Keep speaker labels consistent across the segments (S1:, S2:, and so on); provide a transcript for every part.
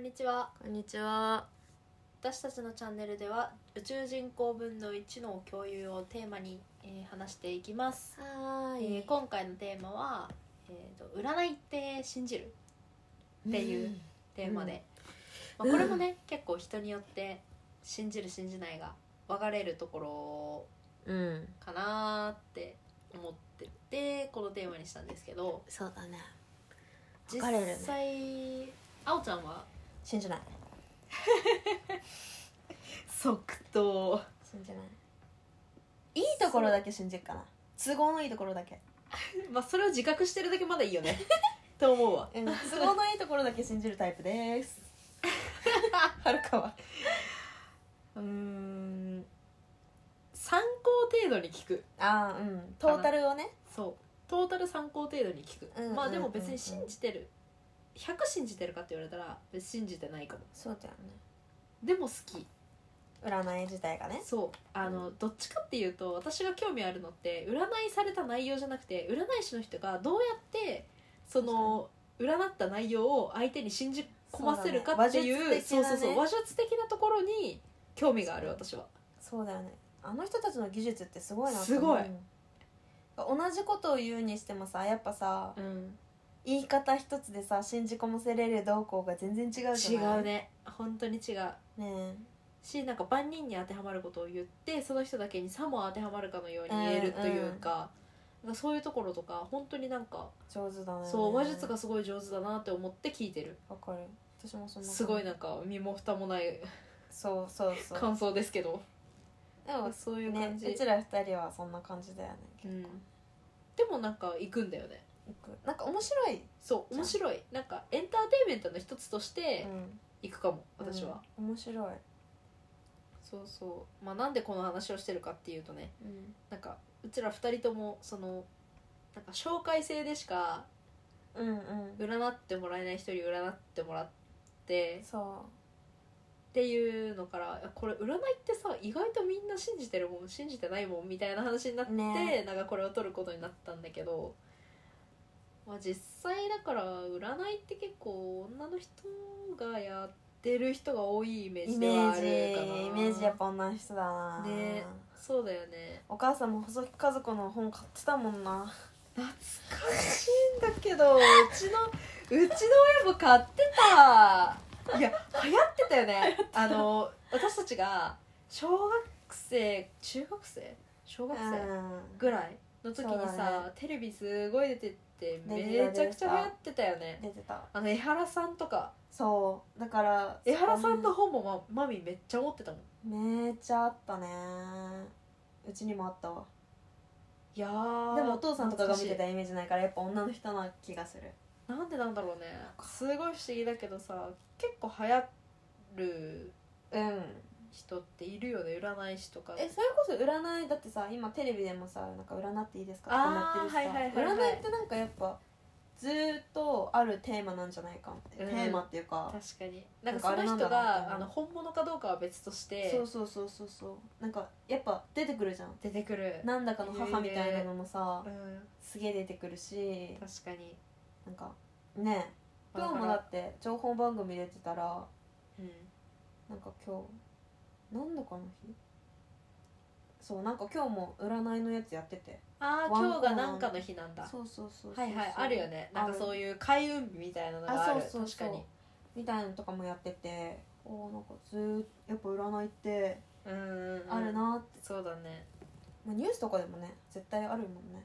S1: にちは
S2: こんにちは。
S1: 私たちのチャンネルでは宇宙人口分の1の共有をテーマに、えー話していきます、
S2: は
S1: えー今回のテーマは、えーと「占いって信じる?」っていうテーマで、まあ、これもね、結構人によって信じる信じないが分かれるとこ
S2: うん。うん。
S1: ろかなーって思っててこのテーマにしたんですけど
S2: そうだね。分
S1: 実
S2: かれるね
S1: 際あおちゃんは
S2: 信じない。
S1: 即答
S2: 信じない。いいところだけ信じるかな。都合のいいところだけ。
S1: まあそれを自覚してるだけまだいいよ ねと思うわ
S2: うん、都合のいいところだけ信じるタイプ です。はるかは。
S1: うーん参考程度に聞く
S2: ああ、うん。トータルをね。
S1: そうトータル参考程度に聞く、
S2: うんうんうんうん
S1: まあでも別に信じてる100信じてるかって言われたら別に信じてないかも
S2: そうだよね。
S1: でも好き
S2: 占い自体がね。
S1: そうあの、どっちかっていうと私が興味あるのって占いされた内容じゃなくて占い師の人がどうやってその占った内容を相手に信じ込ませるかっていう
S2: そ
S1: そうう,、
S2: だね
S1: そうそう
S2: 話術的なね
S1: 話術的なところに興味がある私は
S2: そうだよね。あの人たちの技術ってすごいなって思う。
S1: す
S2: 同じことを言うにしてもさやっぱさ
S1: うん
S2: 言い方一つでさ信じ込ませれる動向が全然違うじゃ
S1: 違
S2: ないう
S1: ね本当に違う
S2: ね
S1: しなんか万人に当てはまることを言ってその人だけにさも当てはまるかのように言えるというか,、なんかそういうところとか本当になんか、
S2: 上手だね
S1: そう話術がすごい上手だなって思って聞いてる
S2: わかる私もそんな感じ
S1: すごいなんか身も蓋もない
S2: そうそうそう
S1: 感想ですけど
S2: でも
S1: そういう
S2: ね
S1: 感じ、
S2: うちら二人はそんな感じだよね
S1: うん、でもなんか行くんだよね
S2: 行くなんか面白い、
S1: そう面白いなんかエンターテインメントの一つとして行くかも、
S2: うん
S1: 私は、、
S2: うん面白い、
S1: そうそうまあなんでこの話をしてるかっていうとねなんかうちら2人ともそのなんか紹介制でしか
S2: うん、うん
S1: 占ってもらえない人に占ってもらって
S2: そ
S1: っていうのからこれ占いってさ意外とみんな信じてるもん信じてないもんみたいな話になって、
S2: ね
S1: なんかこれを取ることになったんだけど、まあ、実際だから占いって結構女の人がやってる人が多いイメー
S2: うイ
S1: ジ
S2: メ
S1: ではあ
S2: ー
S1: る
S2: ジ
S1: かな
S2: イメージやっぱ女の人だな
S1: ねそうだよね
S2: お母さんも細木和子の本買ってたもんな
S1: 懐かしいんだけどうちのうちの親も買ってたいや流行ってたよねあの私たちが小学生中学生小学生
S2: う
S1: ぐらいの時に
S2: そう
S1: さ、
S2: だ
S1: テレビすごい出てって
S2: 出てた
S1: めちゃくちゃ流行ってたよね
S2: ん出てた
S1: あの江原さんとか
S2: そうだから
S1: 江原さんの本も、ま、マミめっちゃ持ってたもん
S2: めっちゃあったねうちにもあったわ
S1: いやー
S2: でもお父さんとかが見て
S1: 懐か
S2: たイメージないからやっぱ女の人な気がする
S1: しいなんでなんだろうねすごい不思議だけどさ結構流行る
S2: うん
S1: 人っているよね占い師とか
S2: えそれこそ占いだってさ今テレビでもさなんか占っていいですかとかなってるしさ、
S1: あーはいはいはいはい
S2: 占いってなんかやっぱずーっとあるテーマなんじゃないかって、
S1: うん
S2: テーマっていうか
S1: 確かになん
S2: ん
S1: か
S2: かあ
S1: そ
S2: れ
S1: の
S2: なんだ
S1: 人
S2: なみたい
S1: が
S2: な
S1: あの本物かどうかは別として
S2: そうそうそうそうそうなんかやっぱ出てくるじゃん
S1: 出てくる
S2: なんだかの母みたいなのもさ
S1: うん
S2: すげえ出てくるし
S1: 確かに
S2: なんかね今日もだって情報番組出てたら
S1: うん
S2: なんか今日なんだかの日そうなんか今日も占いのやつやってて
S1: ああ
S2: ワンコー
S1: 今日
S2: ナー
S1: がなんかの日なんだ
S2: そうそうそうそ
S1: は
S2: う
S1: いはいあるよねなんかそういう開運日みたいなのがあ
S2: あ
S1: る
S2: そうそうそう
S1: 確か
S2: みたいなのとかもやってておーなんかずーっとやっぱ占いって
S1: にうんうんうん
S2: あるなーって、
S1: そうだね
S2: まあ、ニュースとかでもね絶対あるもんね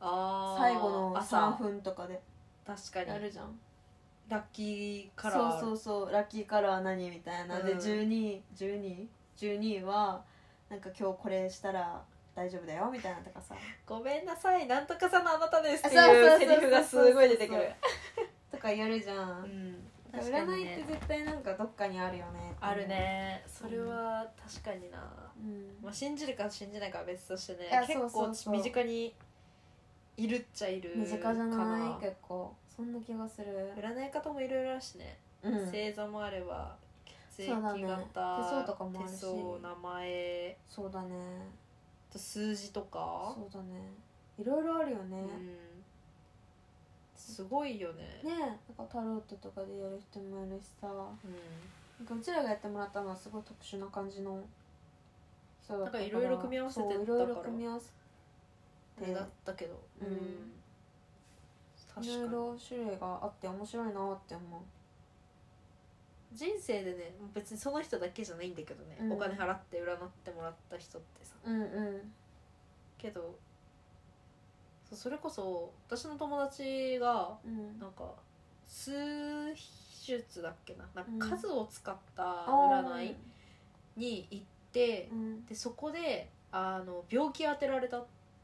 S1: ああ
S2: 最後の3
S1: 朝
S2: 分とかで
S1: 確かに
S2: やるじゃん
S1: ラッキーカラー
S2: そうそうそうラッキーカラーは何みたいな、で
S1: うん
S2: 1212 12 12はなんか今日これしたら大丈夫だよみたいなとかさ
S1: ごめんなさいなんとかさのあなたですってい
S2: そうそうそうう
S1: セリフがすごい出てくる
S2: とかやるじゃん、
S1: うん確かにね
S2: 占いって絶対なんかどっかにあるよね
S1: あるね
S2: う
S1: それは確かにな、
S2: うん
S1: まあ、信じるか信じないかは別としてね
S2: いや
S1: 結構
S2: そうそうそう
S1: 身近にいるっちゃいる
S2: 身近じゃ
S1: か
S2: ない結構そんな気がする、
S1: 占い方もいろいろあるしね、
S2: うん、
S1: 星座もあれば血液
S2: そうだ
S1: 型、
S2: ね手相とかもあるし
S1: 手相名前
S2: そうだね
S1: あと数字とか
S2: そうだねいろいろあるよね、
S1: うん、すごいよね
S2: ねなんかタロットとかでやる人もいるしさな
S1: うん
S2: かうちらがやってもらったのはすごい特殊な感じの人だったから
S1: なんかいろいろ組み合わせてったから
S2: そういろいろ組み合わせ
S1: ん、
S2: で
S1: だったけど
S2: うん
S1: 確
S2: いろい
S1: かに
S2: ろ種類があって面白いなって思
S1: 人生でね別にその人だけじゃないんだけどね、
S2: うん
S1: お金払って占ってもらった人ってさ
S2: ううんうん
S1: けどそうそれこそ私の友達が
S2: うん
S1: なんか数術だっけななんか
S2: うん
S1: 数を使った
S2: あー
S1: 占いに行って
S2: う、ん
S1: でそこであの病気当てられた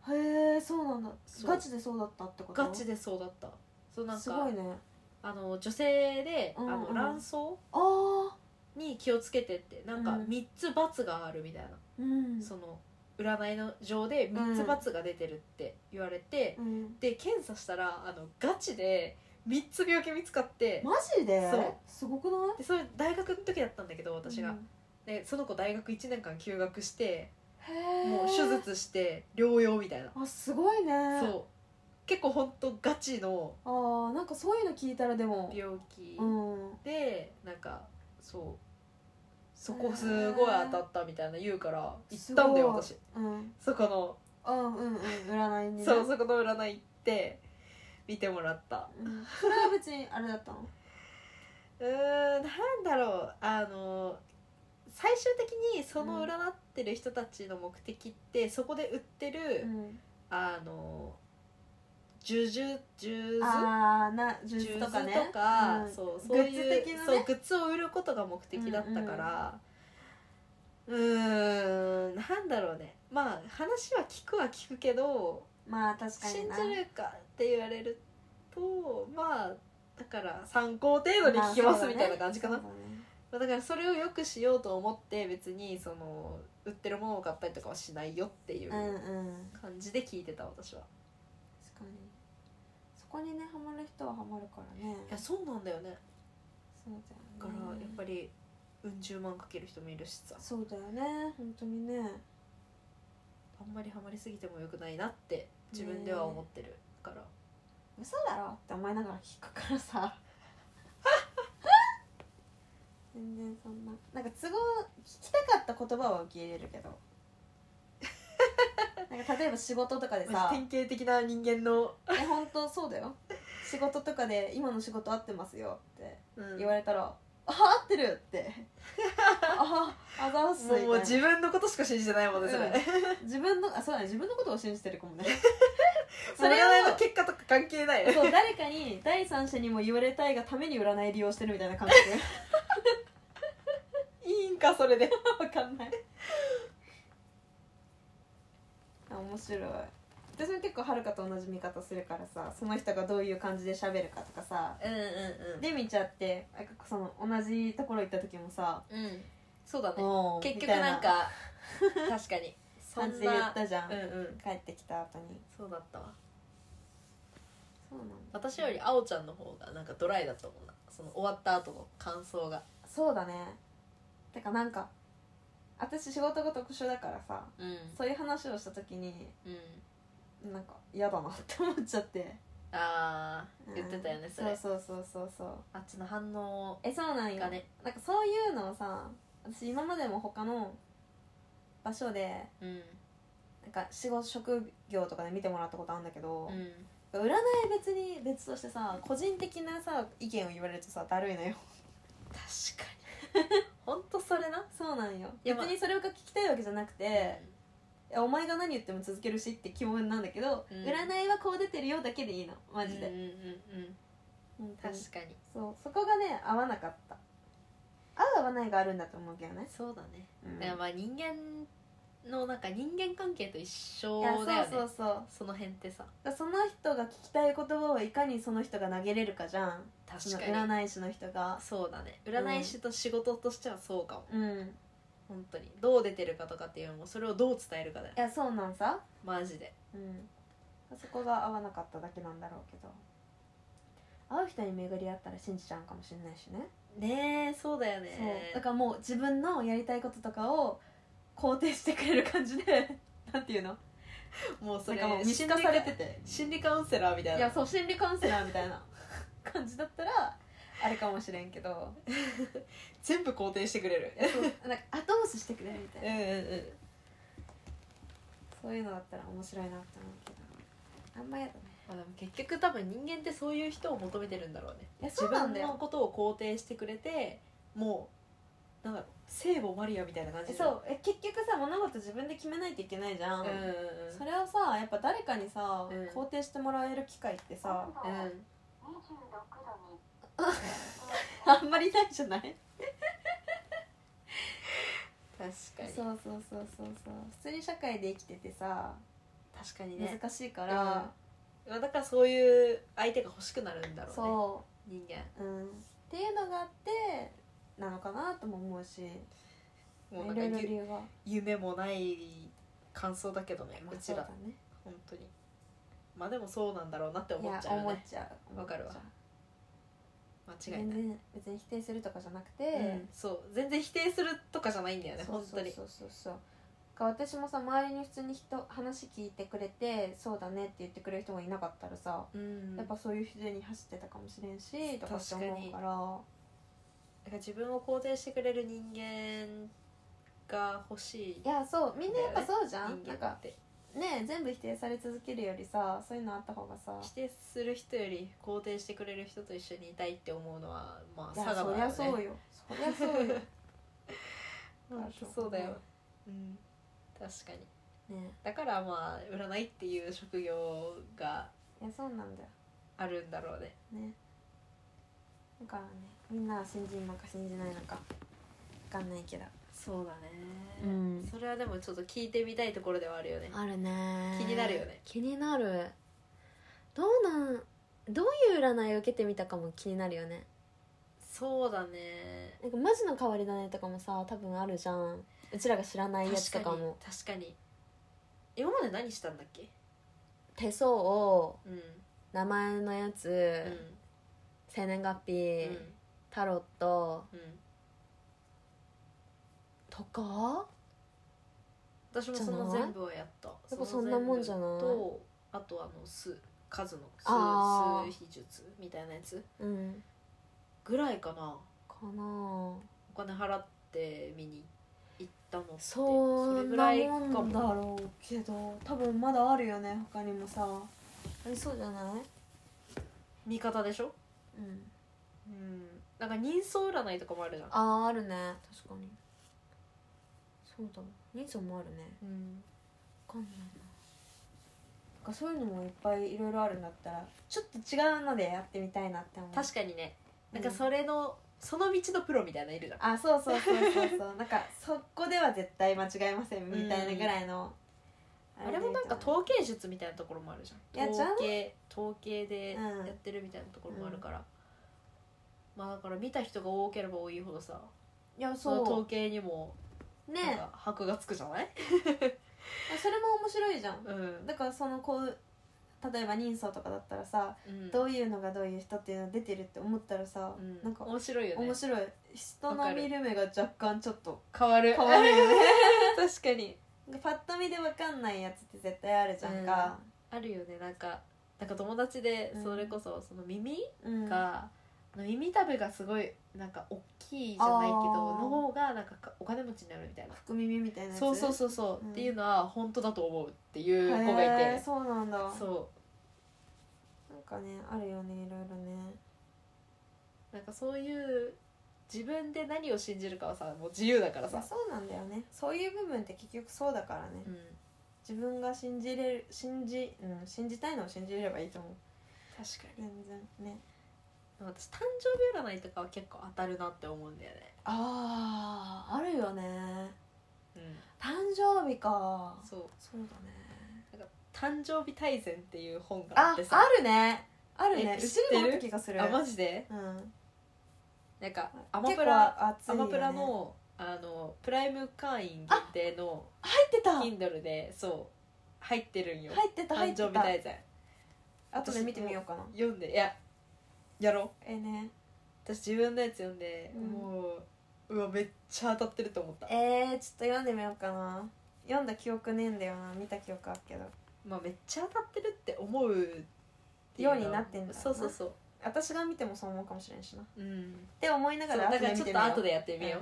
S2: へえそうなんだ
S1: そう
S2: ガチでそうだったってこと
S1: ガチでそうだったそうなん
S2: すご
S1: か
S2: いね
S1: あの女性で、
S2: うんうん
S1: あの卵巣
S2: ああ
S1: に気をつけてってなんか
S2: うん
S1: 3つ罰があるみたいな、
S2: うん
S1: その占いの上で3つ罰が出てるって言われて、
S2: うん
S1: で検査したらあのガチで3つ病気見つかって、
S2: マジで
S1: そう
S2: すごくない
S1: でそれ大学の時だったんだけど私が、
S2: うん
S1: でその子大学1年間休学して
S2: へえ
S1: もう手術して療養みたいな、
S2: あすごいね
S1: そう結構本当ガチの
S2: あーなんかそういうの聞いたらでも
S1: 病気
S2: うん
S1: で、なんかそうそこすごい当たったみたいな言うから行ったんだよ
S2: す
S1: 私
S2: うん
S1: そこの、
S2: うんうんうん占いにね
S1: そうそこの占い行って見てもらった
S2: うんそれは別にあれだったの
S1: うーんなんだろうあの最終的にその占ってる人たちの目的って、そこで売ってる、
S2: うん
S1: あの数珠数珠
S2: ああなジュ
S1: 数
S2: ース
S1: 珠
S2: とかね
S1: とか、
S2: うん
S1: そうそういう
S2: グッズ的なね
S1: そうグッズを売ることが目的だったからうんんなんだろうねまあ話は聞くは聞くけど
S2: まあ確かに
S1: 信
S2: な
S1: じるかって言われるとまあだから参考程度に聞きますみたいな感じかな、
S2: まあそうだね
S1: まあだからそれをよくしようと思って別にその売ってるものを買ったりとかはしないよっていう
S2: そうだね
S1: 感
S2: うんうん
S1: じで聞いてた私は。
S2: 確かにそこにねハマる人はハマるからね
S1: いやそうなんだよね
S2: そう
S1: だ
S2: だ
S1: か
S2: よ
S1: ら
S2: ね
S1: やっぱりうん十万かける人もいるしさ
S2: そうだよね本当にね
S1: あんまりハマりすぎてもよくないなって自分では思ってるから、
S2: 嘘だろって思いながら聞くからさ全然そんななんか都合聞きたかった言葉は受け入れる けどなんか例えば仕事とかでさ
S1: 典型的な人間の、
S2: 「え本当そうだよ仕事とかで今の仕事合ってますよ」って言われたら 「あ合ってる!」ってああざわす
S1: もうもう自分のことしか信じてないもんねそれ、
S2: うん自分のあそうだね自分のことを信じてるかもね
S1: そ
S2: それ
S1: れ占い
S2: を
S1: の結果とか関係ない
S2: そう誰かに第三者にも言われたいがために占い利用してるみたいな 感覚
S1: いいんかそ れで
S2: わかんないあ面白い私も結構はるかと同じ見方するからさその人がどういう感じで喋るかとかさ
S1: うんうん
S2: で見ちゃってなんかその同じところ行った時もさ
S1: うんうんそうだね
S2: おー
S1: 結
S2: み
S1: 局
S2: たい
S1: なんか確かにそ
S2: 感じ
S1: ん
S2: で言っ
S1: な
S2: たじゃん、
S1: うんうん
S2: 帰ってきた後に
S1: そうだったわ
S2: そうなんだ
S1: 私よりあおちゃんの方がなんかドライだったもんなその終わった後の感想が
S2: そうだねてかなんか私仕事が特殊だからさ
S1: うん
S2: そういう話をした時に
S1: うん
S2: なんか嫌だなって思っちゃって
S1: ああ言ってたよね、
S2: うん
S1: それ
S2: そうそうそうそうそう
S1: あっちの反応
S2: えそうなんよ
S1: がね
S2: なんかそういうのをさ私今までも他の場所で
S1: うん
S2: なんか仕事職業とかで見てもらったことあるんだけ
S1: う、
S2: ど
S1: ん
S2: 占い別に別としてさ個人的なさ意見を言われるとさだるいのよ
S1: 確かに ほんとそれな
S2: そうなんよ
S1: いや
S2: 別
S1: まあ
S2: にそれが聞きたいわけじゃなくて、いやお前が何言っても続けるしって気分なんだけど、
S1: うん
S2: 占いはこう出てるよだけでいいのマジで、
S1: うんうんうんうん
S2: 本当に
S1: 確かに
S2: そうそこがね合わなかった合う合わないがあるんだと思うけどね、
S1: そうだね、
S2: うん
S1: だからまあ人間のなんか人間関係と一緒
S2: い
S1: だ
S2: や
S1: よ
S2: そう
S1: ね
S2: そうそうだか
S1: その辺ってさ
S2: らその人が聞きたい言葉をいかにその人が投げれるかじゃんそ
S1: 確
S2: の
S1: かに
S2: 占い師の人が
S1: そうだね占い師と仕事としてはそうかも、
S2: うん
S1: 本当にどう出てるかとかっていうのもそれをどう伝えるかだよ
S2: いやそうなんさ
S1: マジで
S2: うんそこが合わなかっただけなんだろうけど会う人に巡り合ったら信じちゃうかもしれないしね
S1: ねえそうだよね
S2: そうだからもう自分のやりたいこととかを肯定してくれる感じで なんていうの
S1: もうそ
S2: なん
S1: れ
S2: かもう見透かされてて
S1: 心理カウンセラーみたいない
S2: やそう心理カウンセラーみたいな 感じだったらあれかもしれんけど
S1: 全部肯定してくれる
S2: い やそうなんか後押ししてくれるみたい
S1: うん
S2: な
S1: うんうん
S2: そういうのだったら面白いなって思うけどあんまやだね
S1: まあ、でも結局多分人間ってそういう人を求めてるんだろうね
S2: いや
S1: 自
S2: そうなん
S1: 分
S2: だ
S1: の
S2: よ
S1: ことを肯定してくれてもうなんだろう聖母マリアみたいな感じ
S2: え
S1: で
S2: そうえ結局さ物事自分で決めないといけないじゃ、
S1: うんんうん
S2: それをさやっぱ誰かにさ、
S1: うん
S2: 肯定してもらえる機会ってさ
S1: うんうん
S2: あんまりないじゃない
S1: 確かに
S2: そうそうそうそうそう普通に社会で生きててさ
S1: 確かにね
S2: 難しいから、
S1: まあだからそういう相手が欲しくなるんだろうね
S2: そう
S1: 人間
S2: うん、っていうのがあってなのかなとも思うしい
S1: もう
S2: ろ
S1: ないんか
S2: ろ理
S1: ゆ
S2: 由は
S1: 夢もない感想だけどね
S2: まあ
S1: うち
S2: そうだ
S1: ら
S2: ね
S1: 本当にまあでもそうなんだろうなって
S2: い
S1: 思
S2: や
S1: っちゃうよ
S2: 思っ
S1: ね
S2: ちゃう
S1: わかるわ間違い
S2: 全
S1: ない、
S2: 然別に否定するとかじゃなくて、
S1: うんそう全然否定するとかじゃないんだよね
S2: そう
S1: 本
S2: そ
S1: 当
S2: う
S1: に
S2: そうそうそうか私もさ周りに普通に人話聞いてくれてそうだねって言ってくれる人がいなかったらさ、
S1: うん
S2: やっぱそういう人に走ってたかもしれんしとかって思うから
S1: なんか自分を肯定してくれる人間が欲しい
S2: いやそうみんなやっぱそうじゃん、
S1: 人
S2: なん
S1: 間
S2: か
S1: って
S2: ね全部否定され続けるよりさそういうのあった方がさ
S1: 否定する人より肯定してくれる人と一緒にいたいって思うのはまあ
S2: いや
S1: 差が
S2: そ
S1: あ
S2: り
S1: る
S2: ゃ
S1: よ
S2: そう
S1: ね
S2: よそりゃそ うよ
S1: 本当そうだようん確かに
S2: ね
S1: だからまあ占いっていう職業が
S2: いやそうなんだよ
S1: あるんだろうね
S2: ねだからねみんなは信じるのか信じないのか分かんないけど
S1: そうだね
S2: うん
S1: それはでもちょっと聞いてみたいところではあるよね
S2: あるね
S1: 気になるよね
S2: 気になるどうなんどういう占いを受けてみたかも気になるよね
S1: そうだね
S2: なんかマジの代わり種とかもさ多分あるじゃんうちらが知らないやつと
S1: 確
S2: か
S1: かに
S2: も
S1: 確かに今まで何したんだっけ
S2: 手相を
S1: うん
S2: 名前のやつ、
S1: う
S2: 生年月日、
S1: ん
S2: タロット
S1: うん
S2: とか
S1: 私もその全部はやった
S2: やっぱそんなもんじゃない
S1: その全部とあとあの数数の
S2: あー
S1: 数数秘術みたいなやつ
S2: うん
S1: ぐらいかな
S2: かな
S1: お金払って見に行ったのって
S2: そ
S1: れ
S2: ん
S1: ぐ
S2: な
S1: らい
S2: も
S1: か
S2: んだろうけど多分まだあるよね他にもさありそうじゃない
S1: 見方でしょ
S2: うん
S1: うんなんか人相占いとかもあるじゃん
S2: あああるね確かにそうだ人相もあるね
S1: うん
S2: 分かんないななんかそういうのもいっぱいいろいろあるんだったらちょっと違うのでやってみたいなって思う
S1: 確
S2: か
S1: かにねなんかそれのその道のプロみたいないるじゃん
S2: あそうそうそうそうそうなんかそこでは絶対間違えませんみたいなぐらいの、
S1: あれもなんか統計術みたいなところもあるじ
S2: い
S1: ゃ
S2: や
S1: ん
S2: じゃ
S1: 統
S2: あ
S1: 計統計でや
S2: うん
S1: ってるみたいなところもあるから、まあだから見た人が多ければ多いほどさ
S2: いや
S1: その統
S2: そ
S1: 計にも
S2: うね
S1: なんか箔がつくじゃない、
S2: それも面白いじゃん
S1: うん
S2: だからそのこう例えば人相とかだったらさ、
S1: うん
S2: どういうのがどういう人っていうのが出てるって思ったらさ、
S1: うん
S2: なんか
S1: 面白いよね
S2: 面白い人
S1: わか
S2: の
S1: る
S2: 見る目が若干ちょっと
S1: 変わる
S2: 変わるよね
S1: 確かに
S2: パッと見で分かんないやつって絶対あるじゃんか、
S1: あるよねなんかなんか友達で
S2: うん
S1: それこそその耳
S2: うん
S1: が、耳たぶがすごいなんか大きいじゃないけど
S2: あー
S1: の方がなんかかお金持ちになるみたいな
S2: 福耳みたいなやつ
S1: そうそうそうそう、
S2: うん
S1: っていうのは本当だと思うっていう
S2: へー
S1: 子がいて
S2: そうなんだ
S1: そ
S2: なんかねあるよねいろいろね
S1: うなんかそういう自分で何を信じるかはさもう自由だから
S2: ま
S1: さ、
S2: あそうなんだよねそういう部分って結局そうだからね、
S1: うん、
S2: 自分が信じれる信じ、うん、信じたいのを信じればいいと思う
S1: 確か
S2: 全然ね
S1: に私誕生日占いとかは結構当たるなって思うんだよね、
S2: あーあるよね
S1: うん、
S2: 誕生日か
S1: そう
S2: そうだね
S1: 誕生日大全っていう本があ
S2: あ
S1: ってさ
S2: あるねあるね
S1: え
S2: うちにもあった気がする
S1: あマジで
S2: うん
S1: なんかア
S2: ア
S1: マ
S2: マ
S1: プ
S2: プ
S1: ラ、
S2: ラ熱
S1: ア
S2: いよ
S1: マ
S2: ね
S1: プラのあのプライム会員限定の
S2: 入ってた入
S1: Kindle でそう入ってるんよ
S2: ってた
S1: 誕
S2: 入って
S1: 生日大
S2: た
S1: 全
S2: あとで見てみようかな
S1: 読んでいややろう
S2: ええね
S1: 私自分のやつ読んで、
S2: うん
S1: もううわめっちゃ当たってると思った
S2: えー、ちょっと読んでみようかな読んだ記憶ねえんだよな見た記憶あるけど
S1: まあ、めっちゃ当たってるって思うっていう
S2: よ
S1: の
S2: うになってんだろうな
S1: そうそうそ
S2: 私が見てもそう思うかもしれんしなっ
S1: ううん
S2: て思いな
S1: そ
S2: が
S1: うだ
S2: ら後
S1: か
S2: で
S1: ら
S2: 見
S1: ちょって
S2: み
S1: と
S2: よう
S1: 後でやってみよ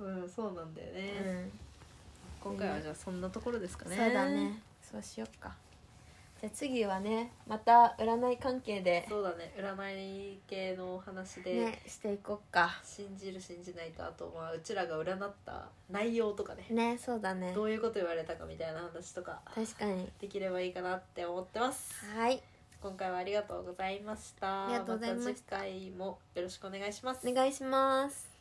S1: う、うん、そうなんだよね、
S2: うんうん
S1: 今回はじゃあそんなところですかね
S2: そうだねそうしよっかじゃあ次はねまた占い関係で
S1: そうだね占い系のお話で、
S2: ねしていこっか
S1: 信じる信じないとあとまあうちらが占った内容とかね
S2: ねそうだね
S1: どういうこと言われたかみたいな話とか
S2: 確かに
S1: できればいいかなって思ってます
S2: はい
S1: 今回はありがとうございました
S2: ありがとうございました
S1: た次回もよろしくお願いします
S2: お願いします